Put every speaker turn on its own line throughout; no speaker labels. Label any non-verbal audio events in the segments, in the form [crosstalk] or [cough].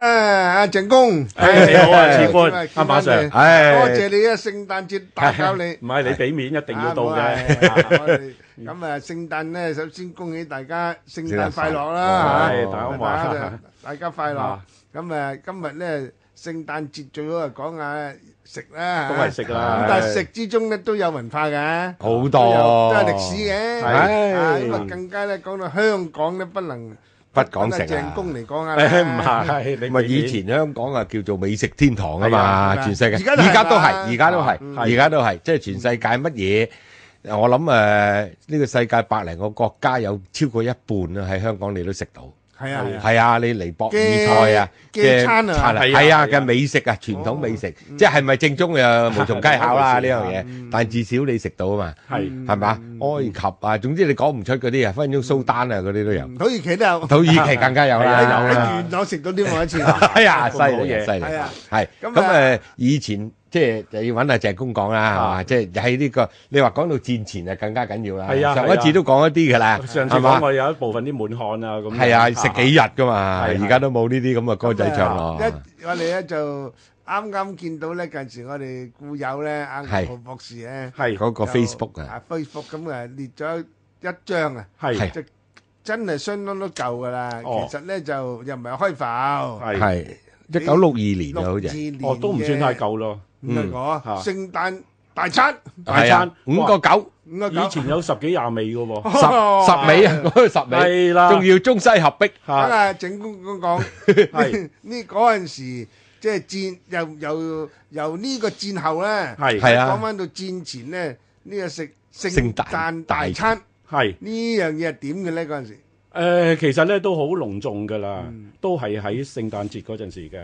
Ờ, 阿鄭公，
誒
Ờ,
你好啊，次
見啊
官，
見
阿馬
翻
Sir，
你
唉
多謝你啊！聖誕節
[laughs]
打攪你
唔。係你俾面一定
À,
要到
啊冇
嘅，
啊係咁啊，聖誕咧，首先恭喜大家聖誕快樂
Ờ,
啦
係
嚇
大家好
大家
啊
就大家快樂
啊。
咁啊，今日咧聖誕節最好啊講下食啦，
都係食啦
咁但係食之中咧都有文化嘅。
好多。
都有都係歷史嘅，
係
啊
係
咁啊更加咧講到香港咧不能
不講食啊。
鄭公嚟講下啦
誒唔係你
咪
俾面
以前香港啊，叫做美食天堂啊
係
嘛，
啊，係啊。
全世界。
而家都係
而家都
嘛。
係，而家都係，
嗯。
Ờ, 而家都係。即係全世界乜嘢，我諗，誒，呢個世界百零個國家有超過一半啊，喺香港你都食到。
係啊係
à.
啊。
係啊，你尼泊爾菜啊，
嘅-
嘅
嘅餐啊。
餐啊，
係啊，
係啊，
係啊。
à, 嘅美食啊，傳統美食。ờ, 即係係咪正宗，誒，無從稽考啦，
係啊，
呢樣嘢。但至少你食到啊嘛，
係
係嘛？à. 埃及啊，總之你講唔出嗰啲啊，分分鐘蘇丹啊，嗰啲都有。
土耳其都有。
土耳其更加有啦。
係啊，有啦。
喺元朗食到添喎，一次。
哎呀，犀利啊，
好嘢。
犀利。
係啊。
係，
咁啊，
咁，誒，以前，即係，就要搵阿鄭公講啦，
啊。
係嘛？即係喺呢個，你話講到戰前就更加緊要啦。
係啊，
上一次都講一啲㗎啦，
上次
係嘛？
講過有一部分啲滿漢啊咁，
係啊，食幾日㗎嘛，
係，係。
而家都冇呢啲咁嘅歌仔唱咯。
一-我哋咧就啱啱見到咧，近時我哋故友咧，阿
係。
何博士咧，
係
嗰個
就-
Facebook啊，
À, 啊，Facebook，咁啊，列咗一張啊，
係
係
就真係相當都舊㗎啦，
哦。
其實咧就又唔係開埠，
係
係，
六至年
1962年啊，好似係。
哦都唔算
嘅，
太舊咯，
唔該講，
嚇。
聖誕大餐，五個九。
大
係啊，
餐，
五個九，
以前有十幾廿味嘅喎，
十-十尾啊，嗰個十尾，
係啦，
仲要中西合璧，
等
嚇
阿整公公
[laughs]
講，
係
呢嗰陣時即係戰由由由呢個戰後咧，
係
係啊
講翻到戰前咧，呢個食聖
聖誕
誕
大
大餐
係。
呢樣嘢係點嘅咧？嗰陣時
誒、其實咧都好隆重㗎啦，都係喺聖誕節嗰陣時嘅。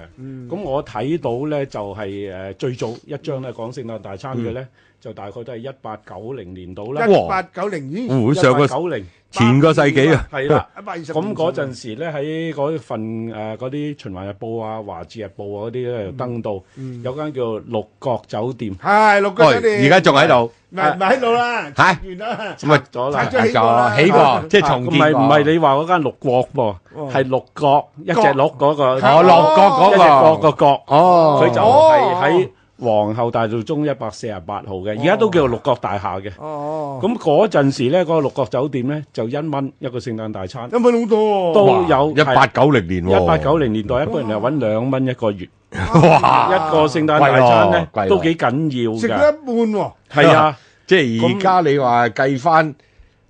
咁、我睇到咧就係、誒、最早一張咧講聖誕大餐嘅咧，就大概都係一八九零年到啦，
一八九零年
會上個
九零
[laughs] 前個世紀啊。
係啦。
一百二十，
咁嗰陣時咧，喺嗰份誒嗰啲《循環日報》啊、《華字日報》啊嗰啲咧登到，有間叫六角酒店，
係六個
喂，
你
而家仲喺度。
唔係唔係喺度啦，
嚇
完啦，
咁啊，
咗啦。
拆咗起過
咗，
啦。
起過，即係重建
唔係唔
過。
係你話嗰間六角噃，係六角一隻鹿嗰個，
哦，落角嗰個。
一隻角個角。
哦。
佢就
哦
係喺皇后大道中一百四十八號嘅，而家都叫做六角大廈嘅。
哦，
咁嗰陣時咧，嗰、個六角酒店咧就一蚊一個聖誕大餐，
有冇好多喎？
都
哇，
有-
1890年喎。
一八九零年代一般人係揾兩蚊一個月，
哇，
一個聖誕大餐咧
貴咯貴咯
都幾緊
食
要
咗
㗎。
一半喎，
係啊，
ờ, 即係而家你話計返，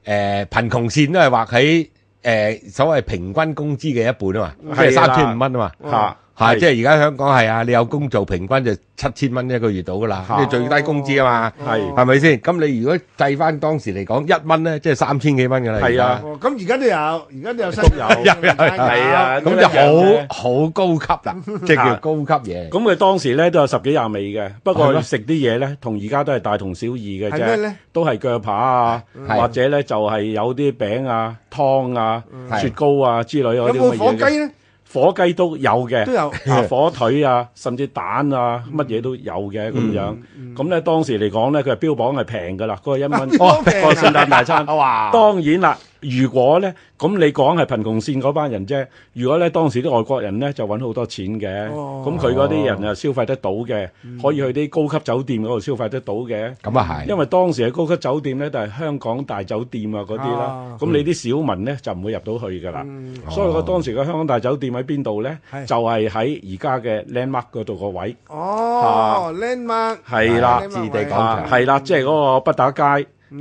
誒，貧窮線都係劃喺，誒，所謂平均工資嘅一半啊嘛，
係啦。
即係三千五蚊啊嘛。
嚇
嚇，à, 即係而家香港係啊，你有工做，平均就7000蚊一個月到㗎啦，
嚇。
即係最低工資啊嘛，
係
係咪先？咁你如果計返當時嚟講，一蚊呢，即係3000幾蚊㗎啦，
係啊。
而家。
哦咁而家都有，而家都有新
都有係啊，
咁就好好高級啦，即係叫高級嘢。
咁佢當時咧都有十幾廿味嘅，不
係
過
咩
食啲嘢咧同而家都係大同小異嘅
係咩咧
啫，都係鋸扒啊，
係
或者咧就係有啲餅啊、湯啊、
係
雪糕啊之類嗰
有
啲咁
冇火
嘅嘢嘅
雞咧？
火雞都有嘅，
都有
啊火腿啊，甚至蛋啊，乜嘢都有嘅咁樣。
ừ.
咁咧當時嚟講咧，佢係標榜係平噶啦，嗰個一蚊
[laughs] 哦
嗰個聖誕大餐。
哇
當然啦，如果咧咁你講係貧窮線嗰班人啫，如果咧當時啲外國人咧就揾好多錢嘅，
哦
咁佢嗰啲人啊消費得到嘅，可以去啲高級酒店嗰度消費得到嘅。
咁啊係，
因為當時嘅高級酒店咧，就係香港大酒店啊嗰啲
啊
啦，咁你啲小民咧就唔會入到去㗎啦。
Ừ.
所以我當時嘅香港大酒店喺邊度咧？
係
就係喺而家嘅 landmark 嗰度個位，
哦，landmark
係啦
係，
置地廣
啊
場
係啦，即係嗰個北打街嚇。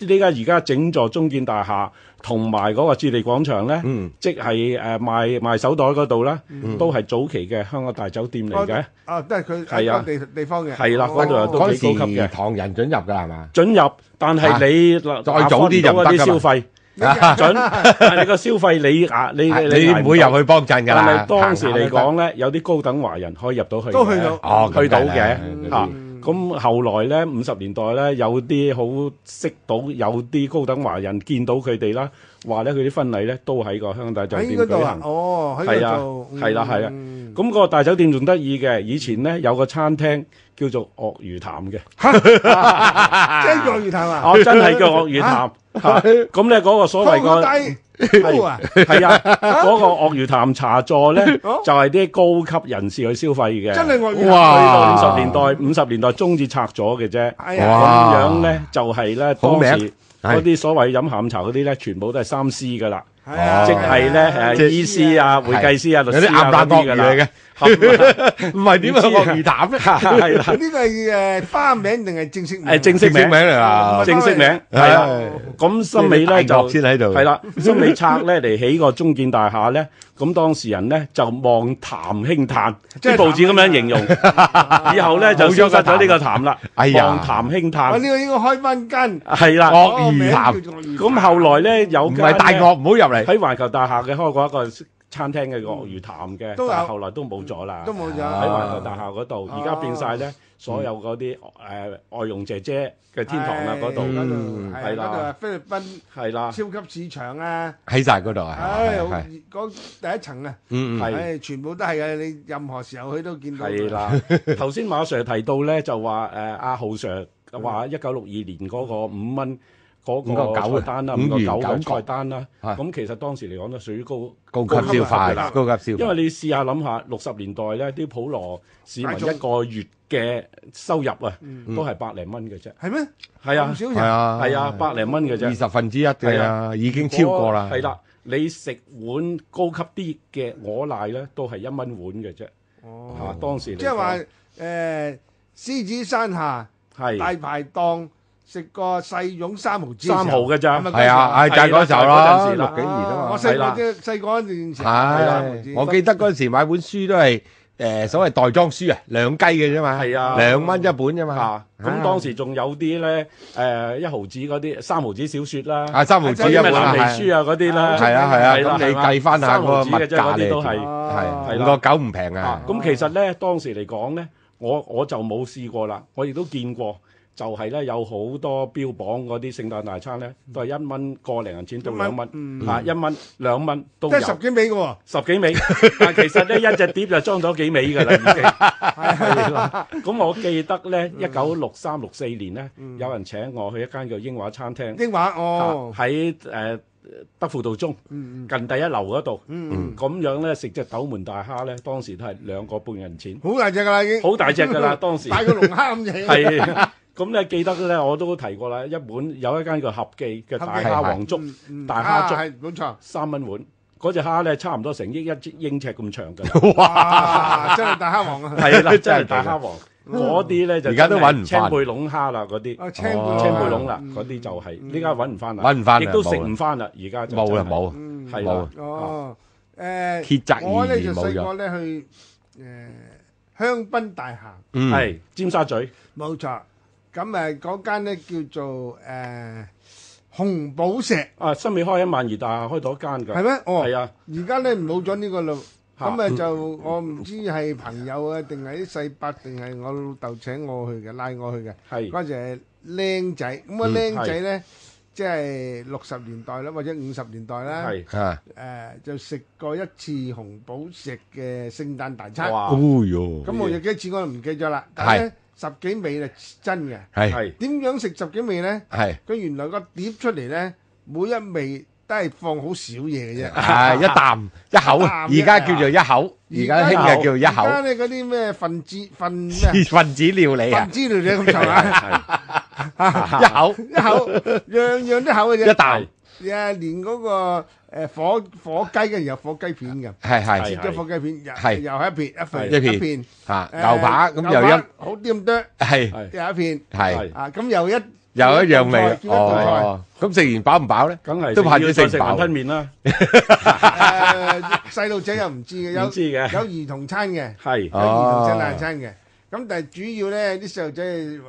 呢家而家整座中建大廈同埋嗰個置地廣場咧，
嗯
即係誒賣賣手袋嗰度啦，都係早期嘅香港大酒店嚟嘅，
哦，哦，都係佢
係啊
嗰個地地方嘅，
係啦嗰度有都
[laughs]
哦
嗰
幾高級
時
嘅
唐人准入㗎啦係嘛？
准入。但係你嗱
再早啲就唔得㗎
嗱
嘛
嗰啲
[laughs]
消費。準，但係你個消費你啊，你
你唔會入去幫襯㗎
但
啦。
係當時嚟
行
講咧，有啲高等華人可以入到去嘅，
都去到
行都得，哦
去到
咁梗係
嘅
啦
Ừ.
嗰啲
嚇。咁後來咧，五十年代咧，有啲好識到有啲高等華人見到佢哋啦，話咧佢啲婚禮咧都喺個香港大酒
喺
店
嗰度
舉
啊
行，。
哦，喺
係
嗰
啊
度，嗯
係啦，係啊。咁個大酒店仲得意嘅，以前咧有個餐廳叫 [laughs] 做鱷魚潭嘅，
即係鱷魚潭啊，
Ờ, 哦，真係叫鱷魚潭，嚇咁咧嗰個所 [laughs] 謂
放
個
個低，高啊，
係啊，嗰個鱷魚潭茶 [laughs] 座咧，
哦
就係啲高級人士去消費嘅。
真係外面
哇
五十年代五十年代中至拆咗嘅啫。
係啊，
哇。
咁樣咧就係咧
好
當
名
時
係
嗰啲所謂飲下午茶嗰啲咧，全部都係三 C 噶啦，
係啊，
哦
即係咧誒
即係
醫師
à?
啊、會計師啊、律
有啲
師
鴨
啊
蛋
嗰
鱷
啲㗎
魚
啦。
嚟嘅，
嘅，
唔係點樣鱷魚蛋
[laughs]
咧？
係啦，
ờ, 呢個係，誒，花名定係正式名？
[laughs]
誒正式
正式
名
名嚟啊！
正式名係啦。咁森美咧
大鱷
就
先喺度
係啦，森美拆咧嚟起個中建大廈咧，咁當事人咧就望談興嘆，
即係
啲報紙咁樣形容，
[laughs]
以後咧就
冇咗
消失
個
咗呢
談
個談啦，
哎呀
望談興嘆
喂，呢個應該開返間
係啦。
哦
嗰個名叫做
咁後來咧有
唔
間
係大
呢
鱷，唔好入嚟。
喺環球大廈嘅開過一個餐廳嘅鱷魚潭嘅，
都有
但係後來都冇咗啦。
都冇咗。
喺環球大廈嗰度，
啊
而家變晒咧，所有嗰啲誒外傭姐姐嘅天堂啦嗰
係，嗰度，
度，
嗯，
係，
係啦。
嗰度係菲律賓超級市場啊，
係啦，
喺晒嗰度
À,
啊！
唉，
係
好
係
嗰第一層啊，
嗯嗯
係。
唉，全部都係嘅，你任何時候去都見到。
係啦。 [laughs] 頭先馬 Sir 提到咧，就話誒阿浩 Sir 話一九六二年嗰個五蚊
五個
嗰
九
個
啊
菜單啦，
五
五個
元
九嘅
九角
菜單啦。
係
咁其實當時嚟講都屬於高。
高級消
高級
費，
啦
高級消
因為
費。
你試下諗下，六十年代咧，啲普羅市民
大
一
眾
個月嘅收入啊，
嗯
都係百零蚊嘅啫。
係咩？
係啊，
咁少人？
係啊，
係啊，百零蚊嘅啫
二。十分之一嘅
係
啦，已經超過啦。
係啦，你食碗高級啲嘅鵝奶咧，都係一蚊碗嘅啫。
哦。
啊，當時嚟講
即係話誒獅子山下大
係
排檔食個細蓉三毫子嘅時候，
三毫嘅咋，
係咪
係
係啊，係就係嗰時候啦，
係
六
啦
幾年啊
我
嘛。
細
係啦
個啫，細個嗰段時
係，我記得嗰時買本書都係誒所謂袋裝書啊，兩雞嘅啫嘛，
係啊
兩蚊一本啫嘛，
啊。咁當時仲有啲咧，誒一毫子嗰啲三毫子小說啦，
啊三毫子
嗰
一
啲
本
咩藍
啊
皮
係
書啊嗰啲啦，
係啊係啊，
係啦
咁你
係嘛
計翻下嗰個物
三毫子
價
嘅啫嗰啲都
嚟，
係
係
係
五
啦
個九唔平啊
啊，，咁其實咧，當時嚟講咧，我我就冇試過啦，我亦都見過，就係咧有好多標榜嗰啲聖誕大餐咧，都係一蚊個零銀錢到兩
嗯
蚊，啊一蚊兩蚊都
即
有
係十幾尾嘅喎，
十幾味，但其實咧一隻碟就裝咗幾味㗎啦已經。係啦，咁我記得咧，一九六三六四年咧，有人請我去一間叫英華餐廳，
英華
啊
哦，
喺誒德輔道中
嗯
近第一樓嗰度。
嗯，
咁樣咧食隻斗門大蝦咧，當時都係兩個半銀錢，
嗯好大隻㗎啦已經，
好大隻㗎啦，當時
大個龍蝦咁樣，
[laughs] 係咁咧記得咧，我都提過啦，一碗有一間叫合記嘅大蝦皇粥，
嗯
大蝦粥
啊係冇錯，
三蚊碗，嗰隻蝦咧差唔多成億一英尺咁長㗎啦。
哇，真係大蝦王
[laughs]
啊，
係啦，真係大蝦王。嗰啲咧就
而家都揾唔
青
返
背籠蝦啦，嗰啲
啊青背
哦
龍
青背籠啦，
嗯
嗰啲就係呢家揾唔翻啦，
揾唔返啦
亦都食唔翻啦，而家就
冇啦
真係，
冇，
嗯
係
冇
啦，
哦，
啊
誒，
鐵閘
我咧
意
就
義冇
細個
咗，
咧去誒香檳大廈。
嗯
係尖沙咀
冇錯，咁誒嗰間咧叫做誒紅寶石，
啊，新美開一萬二大廈開咗一間
係
㗎，
咩？哦，
係啊，
而家咧冇咗呢個路，
嚇
咁誒就我唔知係朋友啊，定係啲細伯，定係我老豆請我去嘅，拉我去嘅。
係
嗰陣時係僆仔，咁啊
嗯
僆仔咧，即係六十年代啦，或者五十年代啦，
係
啊，
誒就食過一次紅寶石嘅聖誕大餐。
哇
哦，喲，
咁我有幾多錢我就唔記咗啦，但係咧十幾味係真嘅。
係
係
點樣食十幾味咧？
係
佢原來個碟出嚟咧，每一味都係放好少嘢嘅啫。
啊一啖一口啊，而
一啖
家叫做一口，而家興嘅叫做一
而家
口，
咧嗰啲咩分子分咩
分子料
[laughs]
理啊
分，子料理咁上下，
係
一口
一口樣樣都口嘅
一
啫。
啖，
誒，連嗰個誒火火雞嘅有火雞片嘅，
係
切
係
咗火雞片
係
又又係一片一份
一片
一片
嚇
誒
牛扒咁
牛
又
扒
一
好啲咁多
係
係
又一片
係。
係
啊，咁又
[laughs]
一
有一樣味
叫一道菜
哦。咁食完飽唔飽咧？
梗係
都怕
要
自己
再
食
食
唔
雲
飽
吞。麵啦，
誒細路仔又唔知嘅，有
唔知嘅
有兒童餐嘅。
係
有兒童餐大餐嘅。咁但係主要咧，啲細路仔食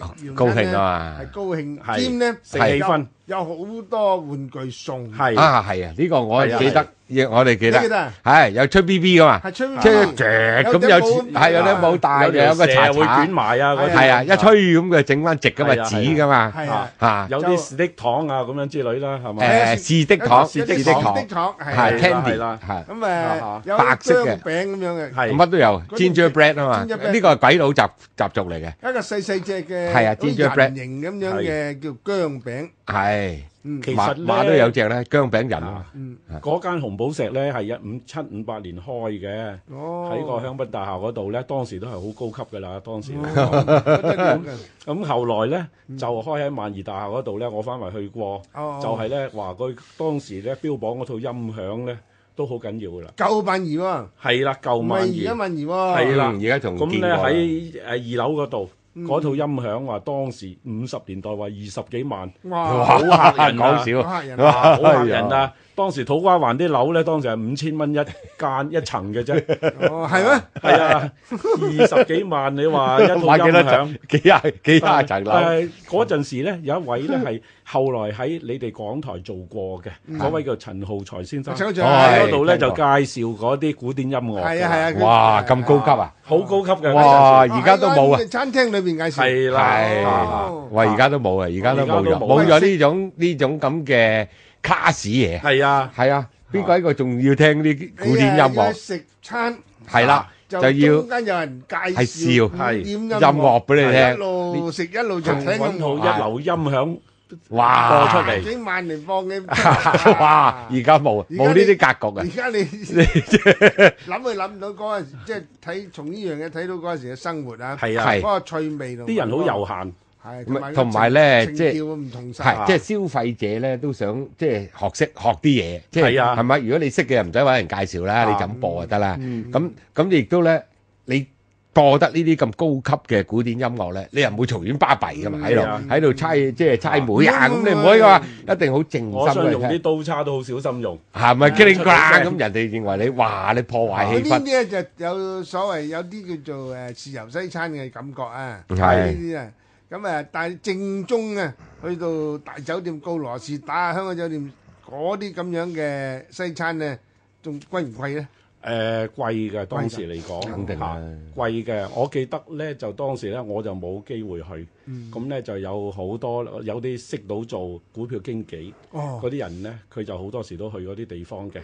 Ờ,
完
高
餐
興
咧
啊嘛
係高興，
係
兼咧
食氣氛，
有有好多玩具送，
係
啊，係啊，呢個我
係啊
記得，亦我哋記
你記得
得
啊，
係有吹 B B 噶嘛，
係吹
即
吹
係嚼
有
咁
頂
有
帽
係有啲冇戴嘅，
條
有個
蛇
茶
會捲
茶，
埋啊，嗰啲
係啊，一吹咁佢整翻直噶嘛，
係啊係啊
紙噶嘛，
係啊，
嚇
有
就
啲 stick 糖啊咁樣之類啦，係咪？
誒是的糖，是的
的
糖，
的糖
係
係
聽
，candy
係啦
係
咁誒
啊
有
白色嘅
張餅咁樣嘅，
係
乜都有
嗰啲
，gingerbread 啊嘛，
gingerbread
呢個係鬼佬習習俗嚟嘅，
一個細細隻嘅
係啊
好似人
gingerbread
形咁樣嘅叫姜餅，
係係
其
馬
實咧
馬都有隻咧，姜餅
À,
人啊，
嗯，
嗰間紅寶石咧係一五七五八年開嘅，
哦，
喺個香檳大廈嗰度咧，當時都係好高級㗎啦，當時。
不得
[laughs]
了嘅，
咁後來咧就開喺萬宜大廈嗰度咧，我翻埋去過，
哦
就係咧話佢當時咧標榜嗰套音響咧都好緊要㗎啦。
舊萬兒喎，
係啦，舊
唔係
萬
而
宜
家。萬兒喎，
係啦
嗯而家仲
咁
見
咧
過啦
喺誒二樓嗰度，嗰套音響話當時五十年代話二十幾萬，
哇，
哇
好嚇人啊
講 [laughs] 笑
好嚇人
哇
啊，
好嚇人啊！當時土瓜灣啲樓咧，當時係五千蚊一間一層
[laughs]
嘅啫，
哦，係咩？
係啊，二十幾萬你話一套音
[laughs] 買幾多
響
層？？幾廿幾
但
廿層
[laughs] 係
樓？
但係嗰陣時咧，有一位咧係後來喺你哋港台做過嘅，嗰位叫陳浩才先生，
陳浩才
喺嗰度咧
聽
就
過
介紹嗰啲古典音樂㗎，
係啊係啊，佢
哇！咁高級啊！
好高級嘅
哇！
嗰陣時
而家都冇啊
喺餐廳裏邊介紹，
係啦，
係
哦
喂，而家都冇啊，而家都冇
而家
咗，
都
冇
冇
咗呢種呢種咁嘅卡士嘢。
係啊。
係啊，哎邊個一個仲要聽啲古典音
你啊要
樂？
食餐
係啦，就
就
要
中間有人介
係
紹
笑
古典音
音樂啊
樂
俾你
係一
聽。
路食一路就
仲
聽
揾
音
到
樂，
一流音響
Ờ,
哇！，
播出嚟
幾萬嚟放嘅
[laughs]
À,
哇！而家冇冇呢啲格局啊
而！家你諗佢諗到嗰陣時，即係睇從呢樣嘢睇到嗰陣時嘅生活啊，
係啊
係
嗰個趣味同
啲人好悠閒，
係
唔係同埋咧即係
係唔同晒，
係，即係消費者咧都想即係學識學啲嘢，即係
係啊
係咪？如果你識嘅又唔使揾人介紹啦，
啊
你就咁播就得啦。
Ừ.
嗯
咁咁亦都咧，你播得呢啲咁高級嘅古典音樂咧，你又唔會嘈冤巴閉噶嘛？喺
係啊
度喺度猜即係猜妹啊！
嗯
咁你唔可以話一定好靜心
我想
嘅
用
聽
啲，刀叉都好小心用，
係咪 k i l
出嚟啊
咁人哋認為你哇你破
嗰
壞氣
啲
氛，
咧就有所謂有啲叫做誒豉油西餐嘅感覺啊，
係
呢啲啊。咁啊，但係正宗啊，去到大酒店高羅士打香港酒店嗰啲咁樣嘅西餐咧，仲貴唔貴咧？
誒貴嘅當時嚟講，
嗯肯定啦
嚇貴嘅。我記得咧就當時咧我就冇機會去，
嗯
咁咧就有好多有啲識到做股票經紀
哦
嗰啲人咧，佢就好多時都去嗰啲地方嘅，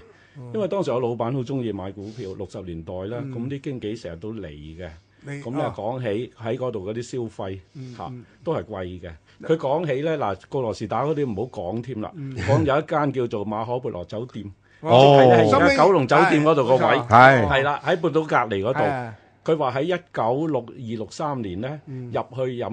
因為當時我老闆好中意買股票，六十年代咧，咁啲經紀成日都嚟嘅。
你
咁咧
哦
講起喺嗰度嗰啲消費
嗯
嚇都係貴嘅。佢講起咧嗱，個羅士打嗰啲唔好講添啦，
嗯
講有一間叫做馬可貝羅酒店，
哦
係咧
收
喺
尾
而家九龍酒店嗰度個位，
係
係
係啦，喺半島隔離嗰
係啊嗯
嗯度。佢話喺一九六二六三年咧入去飲